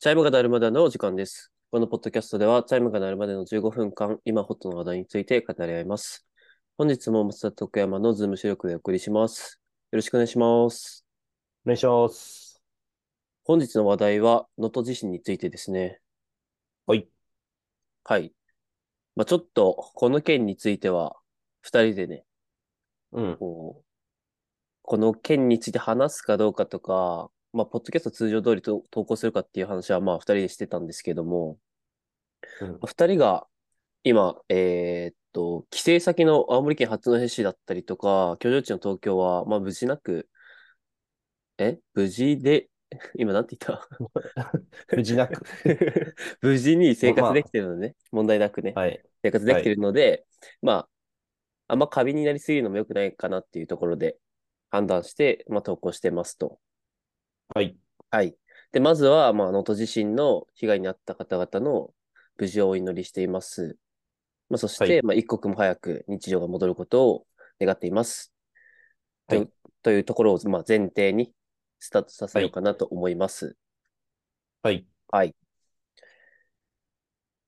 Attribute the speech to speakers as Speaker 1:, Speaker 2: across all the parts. Speaker 1: チャイムが鳴るまでのお時間です。このポッドキャストでは、チャイムが鳴るまでの15分間、今ホットの話題について語り合います。本日も松田徳山のズーム収録でお送りします。よろしくお願いします。
Speaker 2: お願いします。
Speaker 1: 本日の話題は、能登地震についてですね。
Speaker 2: はい。
Speaker 1: はい。まあ、ちょっと、この件については、二人でね、
Speaker 2: うん。
Speaker 1: こう、この件について話すかどうかとか、まあ、ポッドキャスト通常通りと投稿するかっていう話は、まあ、二人でしてたんですけども、
Speaker 2: うん
Speaker 1: まあ二人が今、えーっと、帰省先の青森県八戸市だったりとか、居住地の東京は、まあ、無事なく、え無事で、 今なんて言った
Speaker 2: 無事なく。
Speaker 1: 無事に生
Speaker 2: ま
Speaker 1: 活
Speaker 2: あ
Speaker 1: できてるのね、問題なくね、
Speaker 2: はい。
Speaker 1: 生活できてるので、まあ、あんま過敏になりすぎるのも良くないかなっていうところで判断して、まあ、投稿してますと。
Speaker 2: はい。
Speaker 1: はい。で、まずは、まあ、能登地震の被害に遭った方々の無事をお祈りしています。まあ、そして、
Speaker 2: はい
Speaker 1: まあ、一刻も早く日常が戻ることを願っています。と
Speaker 2: はい
Speaker 1: というところを、まあ、前提にスタートさせようかなと思います。
Speaker 2: はい。
Speaker 1: はい。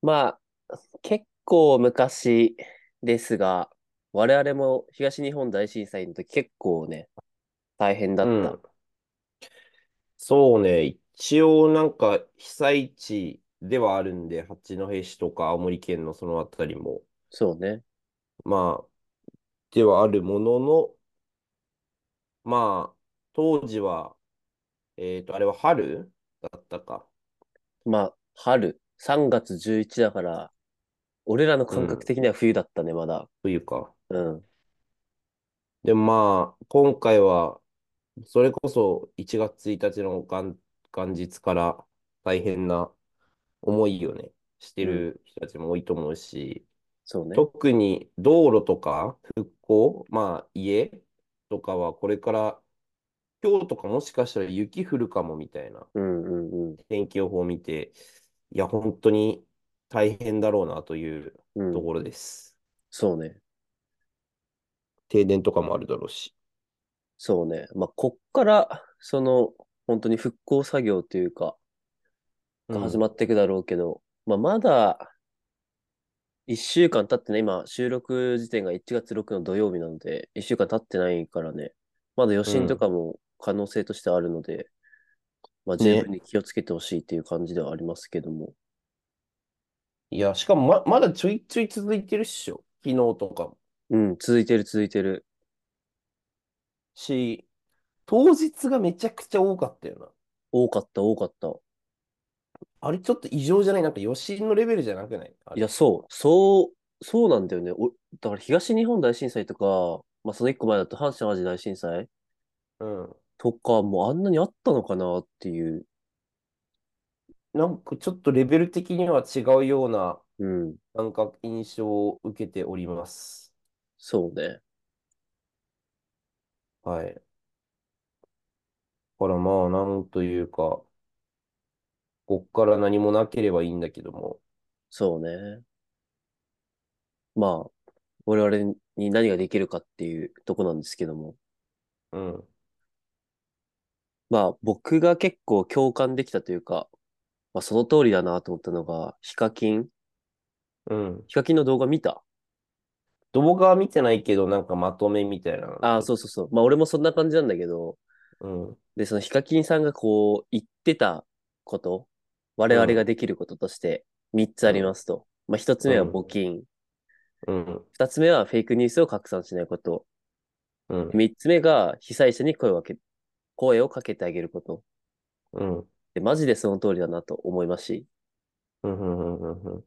Speaker 1: まあ、結構昔ですが、我々も東日本大震災の時結構ね、大変だっ
Speaker 2: う
Speaker 1: た。
Speaker 2: んそうね。一応なんか被災地ではあるんで、八戸市とか青森県のそのあたりも、
Speaker 1: そうね。
Speaker 2: まあ、ではあるものの、まあ、当時は、えっと、あれは春だったか。
Speaker 1: まあ、春、3月11だから、俺らの感覚的には冬だったね、まだ。
Speaker 2: というか。
Speaker 1: うん。
Speaker 2: でもまあ、今回は、それこそ1月1日の元、元日から大変な思いをね、してる人たちも多いと思うし、
Speaker 1: そうね。
Speaker 2: 特に道路とか復興、まあ家とかはこれから、今日とかもしかしたら雪降るかもみたいな
Speaker 1: うんうん
Speaker 2: 天気予報を見て、いや、本当に大変だろうなという
Speaker 1: うん。う
Speaker 2: と
Speaker 1: ん、
Speaker 2: ころです。
Speaker 1: そうね。
Speaker 2: 停電とかもあるだろうし。
Speaker 1: そうね。まあ、こっから、その、本当に復興作業というか、
Speaker 2: う
Speaker 1: が
Speaker 2: ん
Speaker 1: 始まっていくだろうけど、まあ、まだ、1週間経ってね、今、収録時点が1月6の土曜日なので、1週間経ってないからね、まだ余震とかも可能性としてあるので、まあ、十分に気をつけてほしいっていう感じではありますけども。
Speaker 2: いや、しかもま、まだちょいちょい続いてるっしょ。昨日とかも。
Speaker 1: うん、続いてる続いてる。
Speaker 2: し、当日がめちゃくちゃ多かったよな。
Speaker 1: 多かった、多かった。
Speaker 2: あれちょっと異常じゃないなんか余震のレベルじゃなくないあ
Speaker 1: い
Speaker 2: れ
Speaker 1: や、そう、そう、そうなんだよね。お、だから東日本大震災とか、まあその一個前だと阪神・淡路大震災
Speaker 2: うん。
Speaker 1: とか、もうあんなにあったのかなっていう。
Speaker 2: なんかちょっとレベル的には違うような、
Speaker 1: うん、
Speaker 2: なんか印象を受けております。
Speaker 1: そうね。
Speaker 2: はい。だからまあ、なんというか、こっから何もなければいいんだけども。
Speaker 1: そうね。まあ、我々に何ができるかっていうとこなんですけども。
Speaker 2: うん。
Speaker 1: まあ僕が結構共感できたというか、まあその通りだなと思ったのが、ヒカキン。
Speaker 2: うん。
Speaker 1: ヒカキンの動画見た
Speaker 2: 動画は見てないけど、なんかまとめみたいなの
Speaker 1: ああ、そうそうそう。まあ俺もそんな感じなんだけど、
Speaker 2: うん。
Speaker 1: で、そのヒカキンさんがこう言ってたこと、我々ができることとして3つありますと。まあ1つ目は
Speaker 2: うん
Speaker 1: 募金、
Speaker 2: うん。
Speaker 1: 2つ目はフェイクニュースを拡散しないこと、
Speaker 2: うん。
Speaker 1: 3つ目が被災者に声をかけ、声をかけてあげること。
Speaker 2: うん。
Speaker 1: で、マジでその通りだなと思いますし、
Speaker 2: うんうんうんうん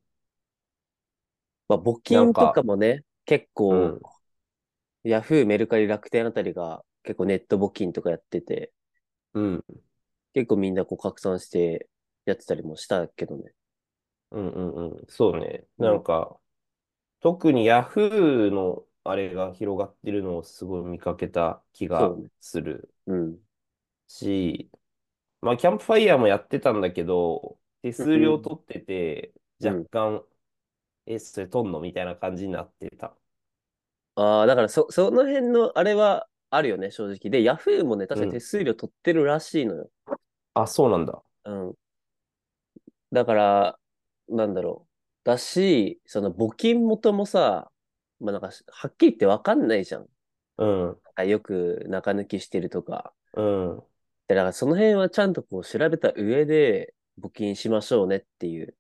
Speaker 1: まあ募金とかもね、結
Speaker 2: う
Speaker 1: 構
Speaker 2: ん、
Speaker 1: ヤフー、メルカリ、楽天あたりが結構ネット募金とかやってて、
Speaker 2: うん
Speaker 1: 結構みんなこう拡散してやってたりもしたけどね。
Speaker 2: うんうんうんそうね。
Speaker 1: うん
Speaker 2: なんか、特にヤフーのあれが広がってるのをすごい見かけた気が
Speaker 1: そうね
Speaker 2: する
Speaker 1: うん。
Speaker 2: し、まあ、キャンプファイヤーもやってたんだけど、手数料取ってて、
Speaker 1: うん
Speaker 2: 若干、え、それ取んのみたいな感じになってた。
Speaker 1: ああ、だからそ、その辺のあれはあるよね、正直。で、ヤフーもね、確かに手数料取ってるらしいのよ。
Speaker 2: あ、そうなんだ。
Speaker 1: うん。だから、なんだろう。だし、その募金元もさ、まあなんか、はっきり言ってわかんないじゃん。
Speaker 2: うん、
Speaker 1: なんかよく中抜きしてるとか。
Speaker 2: うん、
Speaker 1: で、だからその辺はちゃんとこう調べた上で募金しましょうねっていう。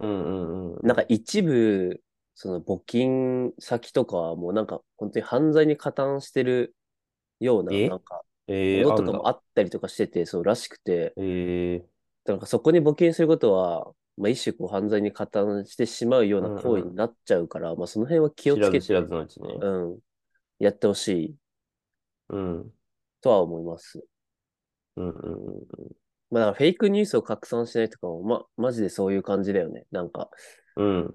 Speaker 2: うん、うん、うん。
Speaker 1: なんか一部、その募金先とかはもうなんか本当に犯罪に加担してるような、
Speaker 2: え
Speaker 1: なんか、
Speaker 2: え
Speaker 1: もの
Speaker 2: ー、あ
Speaker 1: と
Speaker 2: ん
Speaker 1: か
Speaker 2: だ。
Speaker 1: もあったりとかしてて、そうらしくて、
Speaker 2: えー、
Speaker 1: なんかそこに募金することは、まあ、一種こう犯罪に加担してしまうよう
Speaker 2: う、
Speaker 1: なん行為
Speaker 2: う
Speaker 1: に
Speaker 2: ん。
Speaker 1: なっちゃうから、まあその辺は気を
Speaker 2: 知
Speaker 1: つ
Speaker 2: ら
Speaker 1: け
Speaker 2: ず知らず
Speaker 1: て、
Speaker 2: のうちね。
Speaker 1: うん、やってほしい
Speaker 2: うん、
Speaker 1: とは思います。
Speaker 2: うん、うん、うん
Speaker 1: まあだからフェイクニュースを拡散しないとかも、ま、マジでそういう感じだよね。なんか、
Speaker 2: うん。うん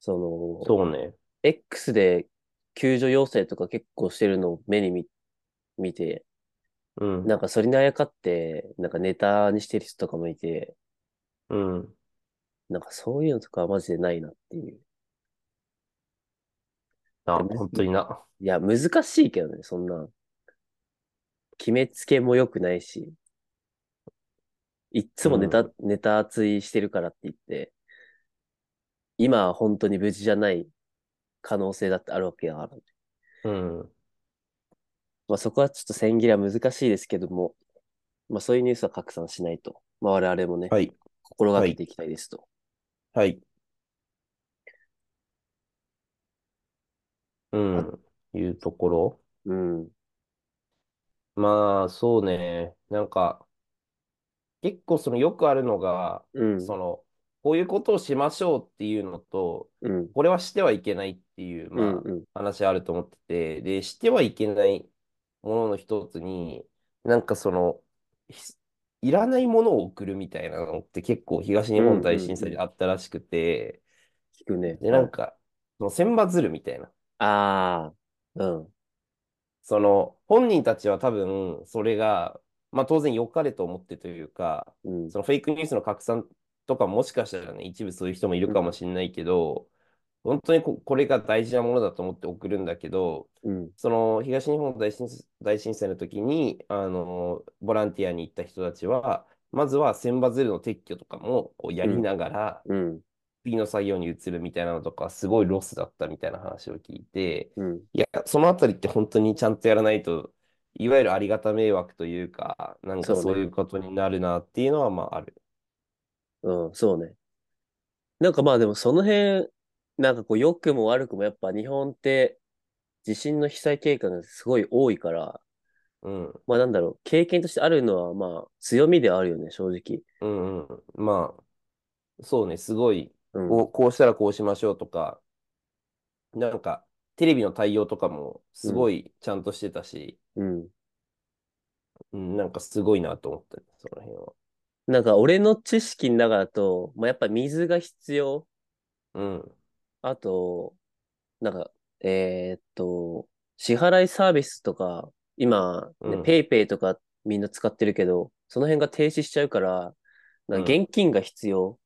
Speaker 1: その、
Speaker 2: そうね。
Speaker 1: X で救助要請とか結構してるのを目に見、見て、
Speaker 2: う
Speaker 1: なん
Speaker 2: ん、
Speaker 1: かそれにあやかって、なんかネタにしてる人とかもいて、
Speaker 2: うん。
Speaker 1: なんかそういうのとかはマジでないなっていう。
Speaker 2: な、
Speaker 1: でむず
Speaker 2: 本当にな。
Speaker 1: いや、難しいけどね、そんな。決めつけも良くないし、いっ
Speaker 2: う
Speaker 1: つもネタ、
Speaker 2: ん、
Speaker 1: ネタ熱いしてるからって言って、今は本当に無事じゃない可能性だってあるわけだから。
Speaker 2: うん。
Speaker 1: まあそこはちょっと千切りは難しいですけども、まあそういうニュースは拡散しないと。まあ我々もね、
Speaker 2: はい、
Speaker 1: 心が
Speaker 2: は
Speaker 1: け
Speaker 2: い、
Speaker 1: ていきたいですと。
Speaker 2: はい。う
Speaker 1: あ、
Speaker 2: ん、いうところ。
Speaker 1: うん、
Speaker 2: まあ、そうね。なんか、結構そのよくあるのが、
Speaker 1: うん、
Speaker 2: その、こういうことをしましょうっていうのと、
Speaker 1: うん、
Speaker 2: これはしてはいけないっていう、
Speaker 1: うん、
Speaker 2: ま
Speaker 1: うん、
Speaker 2: あ、話あると思ってて、で、してはいけないものの一つに、なんかその、ひいらないものを送るみたいなのって結構東日
Speaker 1: う
Speaker 2: 本
Speaker 1: ん、う
Speaker 2: 大
Speaker 1: ん、
Speaker 2: 震
Speaker 1: う
Speaker 2: 災
Speaker 1: ん。
Speaker 2: であったらしくて、
Speaker 1: 聞くね。
Speaker 2: で、な
Speaker 1: は
Speaker 2: ん
Speaker 1: い。
Speaker 2: か、その千羽鶴みたいな。
Speaker 1: ああ、うん、
Speaker 2: その本人たちは多分それが、まあ、当然良かれと思ってというか
Speaker 1: うん、
Speaker 2: そのフェイクニュースの拡散とかもしかしたらね一部そういう人もいる
Speaker 1: う
Speaker 2: か
Speaker 1: ん、
Speaker 2: もしれないけど本当にこ、これが大事なものだと思って送るんだけど
Speaker 1: うん、
Speaker 2: その東日本大震、大震災の時にあのボランティアに行った人たちはまずは千羽鶴の撤去とかもこうや
Speaker 1: う
Speaker 2: り
Speaker 1: ん、
Speaker 2: ながら
Speaker 1: うん、
Speaker 2: 次の作業に移るみたいなのとか、すごいロスだったみたいな話を聞いて、
Speaker 1: うん、
Speaker 2: いや、そのあたりって本当にちゃんとやらないと、いわゆるありがた迷惑というか、なんか
Speaker 1: そう
Speaker 2: そうい
Speaker 1: ね。
Speaker 2: うことになるなっていうのは、まあ、ある。
Speaker 1: うん、そうね。なんかまあでもその辺、なんかこう良くも悪くもやっぱ日本って地震の被災経験がすごい多いから、
Speaker 2: うん、
Speaker 1: まあなんだろう、経験としてあるのはまあ強みではあるよね、正直。
Speaker 2: うん、うん。まあ、そうね、すごい、
Speaker 1: うん、
Speaker 2: こう、こうしたらこうしましょうとか、なんか、テレビの対応とかも、
Speaker 1: う
Speaker 2: す
Speaker 1: ん、
Speaker 2: ごいちゃんとしてたし、
Speaker 1: うん。
Speaker 2: うん、なんかすごいなと思ったね、その辺は。
Speaker 1: なんか俺の知識の中だと、まあやっぱ水が必要。
Speaker 2: うん、
Speaker 1: あと、なんか、えーっと、支払いサービスとか、今、
Speaker 2: う
Speaker 1: ね、
Speaker 2: ん、
Speaker 1: ペイペイとかみんな使ってるけど、その辺が停止しちゃうから、な
Speaker 2: うん
Speaker 1: か
Speaker 2: ん、
Speaker 1: 現金が必要。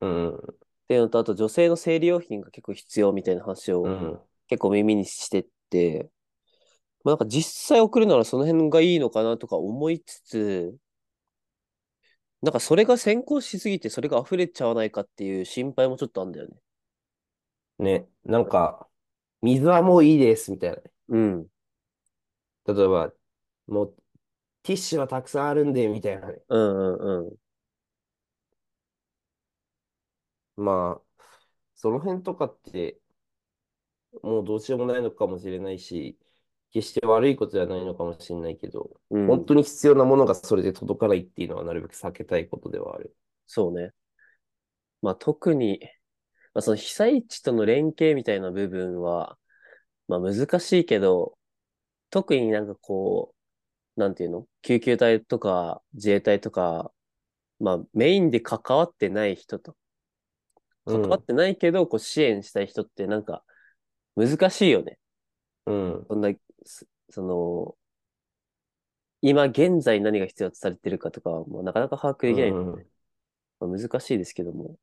Speaker 2: うん、
Speaker 1: っていうのと、あと女性の生理用品が結構必要みたいな話
Speaker 2: う
Speaker 1: を
Speaker 2: ん、
Speaker 1: 結構耳にしてって、まあ、なんか実際送るならその辺がいいのかなとか思いつつ、なんかそれが先行しすぎてそれが溢れちゃわないかっていう心配もちょっとあるんだよね。
Speaker 2: ね、なんか、水はもういいですみたいなね。
Speaker 1: うん。
Speaker 2: 例えば、もうティッシュはたくさんあるんで、みたいなね。
Speaker 1: うんうんうん。
Speaker 2: まあ、その辺とかって、もうどうしようもないのかもしれないし、決して悪いことではないのかもしれないけど、
Speaker 1: う
Speaker 2: 本
Speaker 1: ん。
Speaker 2: 当に必要なものがそれで届かないっていうのはなるべく避けたいことではある。
Speaker 1: そうね。まあ特に、まあ、その被災地との連携みたいな部分は、まあ難しいけど、特になんかこう、なんていうの救急隊とか自衛隊とか、まあメインで関わってない人と、
Speaker 2: う
Speaker 1: 関わっ
Speaker 2: ん、
Speaker 1: てないけど、こう支援したい人ってなんか難しいよね。
Speaker 2: うん、
Speaker 1: そんな、すその、今現在何が必要とされてるかとかは、もうなかなか把握
Speaker 2: う
Speaker 1: できないの
Speaker 2: ん、うん、
Speaker 1: で、まあ、難しいですけども。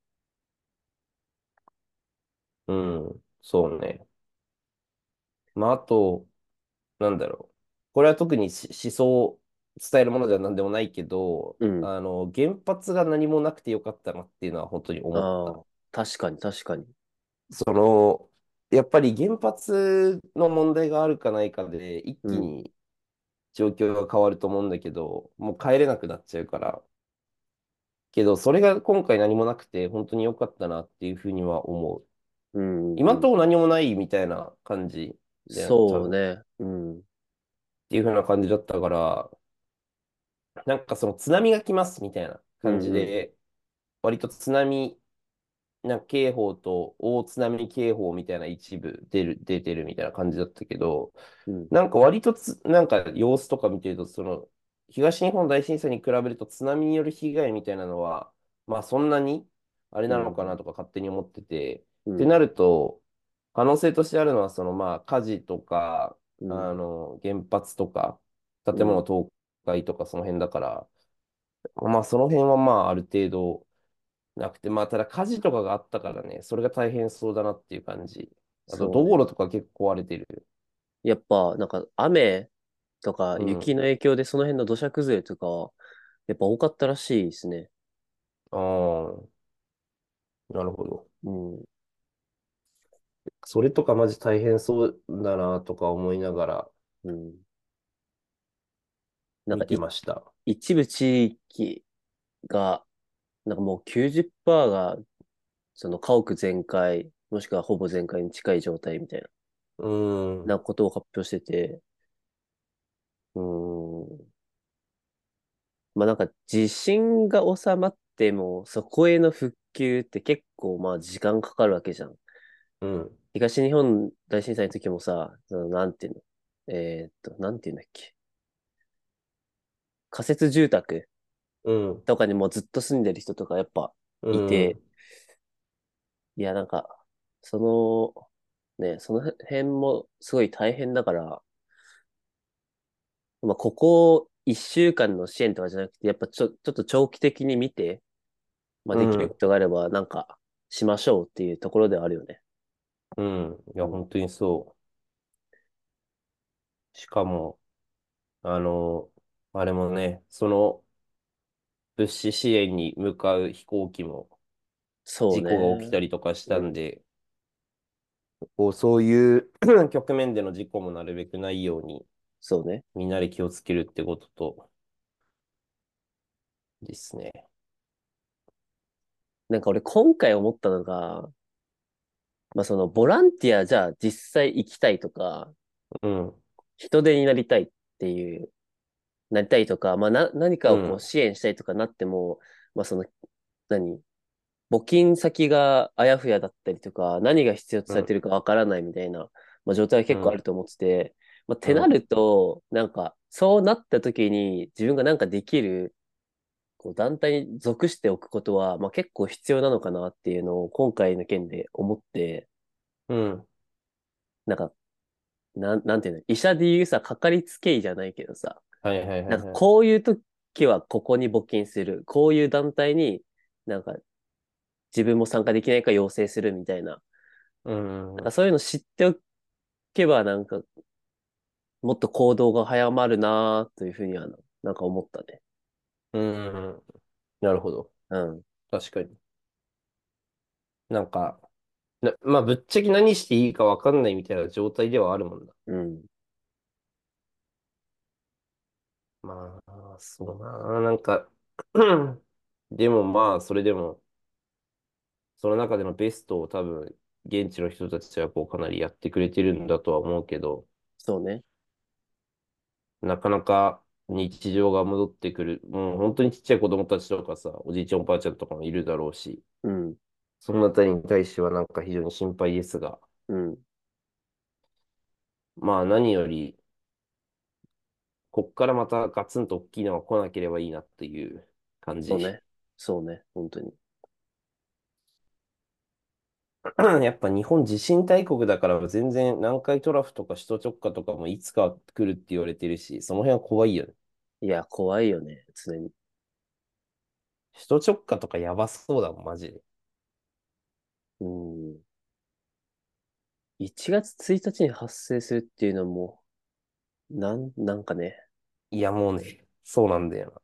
Speaker 2: うんそうね。まあ、あと、なんだろう。これは特にし思想。伝えるものじゃ何でもないけど、
Speaker 1: うん。
Speaker 2: あの、原発が何もなくてよかったなっていうのは本当に思った。
Speaker 1: ああ、確かに確かに。
Speaker 2: その、やっぱり原発の問題があるかないかで、一気に状況が変わると思うんだけど、もう帰れなくなっちゃうから。けど、それが今回何もなくて、本当に良かったなっていうふうには思う。
Speaker 1: うんうん。
Speaker 2: 今のところ何もないみたいな感じだよね多
Speaker 1: そう
Speaker 2: 分
Speaker 1: ね。うん。
Speaker 2: っていう風な感じだったから、なんかその津波が来ますみたいな感じで、割と津波な警報と大津波警報みたいな一部出る、出てるみたいな感じだったけど、
Speaker 1: うん。
Speaker 2: なんか割とつ、なんか様子とか見てると、その東日本大震災に比べると津波による被害みたいなのは、まあそんなにあれなのかなとか勝手に思って
Speaker 1: う
Speaker 2: て、
Speaker 1: ん
Speaker 2: ってなると、可能性としてあるのは、そのまあ火事とか、
Speaker 1: うん
Speaker 2: あの、原発とか、建物倒壊とかその辺だから、まあその辺はまあある程度なくて、まあただ火事とかがあったからね、それが大変そうだなっていう感じ。あと
Speaker 1: そうね
Speaker 2: 道路とか結構壊れてる。
Speaker 1: やっぱ、なんか雨とか
Speaker 2: うん
Speaker 1: 雪の影響でその辺の土砂崩れとか、やっぱ多かったらしいですね。
Speaker 2: ああ、なるほど。
Speaker 1: うん。
Speaker 2: それとかマジ大変そうだなとか思いながら
Speaker 1: うん。なんか
Speaker 2: 見てました。
Speaker 1: い一部地域が、なんかもう90%が、その家屋全壊、もしくはほぼ全壊に近い状態みたいな、
Speaker 2: うーん。
Speaker 1: なことを発表してて、うーん。まあなんか地震が収まっても、そこへの復旧って結構まあ時間かかるわけじゃん。
Speaker 2: うん。
Speaker 1: 東日本大震災の時もさ、そのなんていうのえーっと、なんていうんだっけ。仮設住宅
Speaker 2: うん。
Speaker 1: とかにもうずっと住んでる人とかやっぱ
Speaker 2: うん
Speaker 1: いて、いやなんか、その、ね、その辺もすごい大変だから、まあ、ここ一週間の支援とかじゃなくて、やっぱちょ、ちょっと長期的に見て、まあ、できることがあればなんかしましょうっていうところではあるよね。
Speaker 2: うん。いや、本当にそう。しかも、あの、あれもね、その、物資支援に向かう飛行機も
Speaker 1: そう
Speaker 2: 事
Speaker 1: ね。
Speaker 2: 故が起きた
Speaker 1: り。
Speaker 2: りとかしたんで、こう、そういう 局面での事故もなるべくないように、
Speaker 1: そうね。
Speaker 2: みんなで気をつけるってことと、ですね。
Speaker 1: なんか俺今回思ったのが、まあそのボランティアじゃあ実際行きたいとか、
Speaker 2: うん、
Speaker 1: 人手になりたいっていう、なりたいとか、まあな、何かをこ
Speaker 2: う
Speaker 1: うん支援したいとかなっても、まあその、何募金先があやふやだったりとか、何が必要とされてるかわからないみたいな、まあ状態が結構あると思ってて、まあ、てなると、なんか、そうなった時に自分がなんかできる、こう団体に属しておくことは、まあ結構必要なのかなっていうのを今回の件で思って、
Speaker 2: うん、
Speaker 1: なんか、なん、なんていうの、医者で言うさ、かかりつけ医じゃないけどさ、
Speaker 2: はいはいはい
Speaker 1: なんか
Speaker 2: はい。
Speaker 1: こういう時はここに募金する。こういう団体になんか自分も参加できないから要請するみたいな。
Speaker 2: うん、
Speaker 1: なんかそういうの知っておけばなんかもっと行動が早まるなというふうにはななんか思ったね。
Speaker 2: うん、なるほど。
Speaker 1: うん。
Speaker 2: 確かに。なんか、な、まあ、ぶっちゃけ何していいかわかんないみたいな状態ではあるもんな。
Speaker 1: うん。
Speaker 2: まあ、そうな、なんか、 でもまあ、それでも、その中でのベストを多分、現地の人たちはこうかなりやってくれてるんだとは思うけど、
Speaker 1: そうね。
Speaker 2: なかなか日常が戻ってくる。もう本当にちっちゃい子供たちとかさ、おじいちゃんおばあちゃんとかもいるだろうし、
Speaker 1: うん。
Speaker 2: そのあたりに対してはなんか非常に心配ですが、
Speaker 1: うん。
Speaker 2: まあ何より、こっからまたガツンと大きいのが来なければいいなっていう感じ。
Speaker 1: そうね。そうね。本当に。
Speaker 2: やっぱ日本地震大国だから全然南海トラフとか首都直下とかもいつか来るって言われてるし、その辺は怖いよね。
Speaker 1: いや、怖いよね。常に。
Speaker 2: 首都直下とかやばそうだもん、マジで。
Speaker 1: うん。1月1日に発生するっていうのも、なん、なんかね、
Speaker 2: いやもうね、そうなんだよな。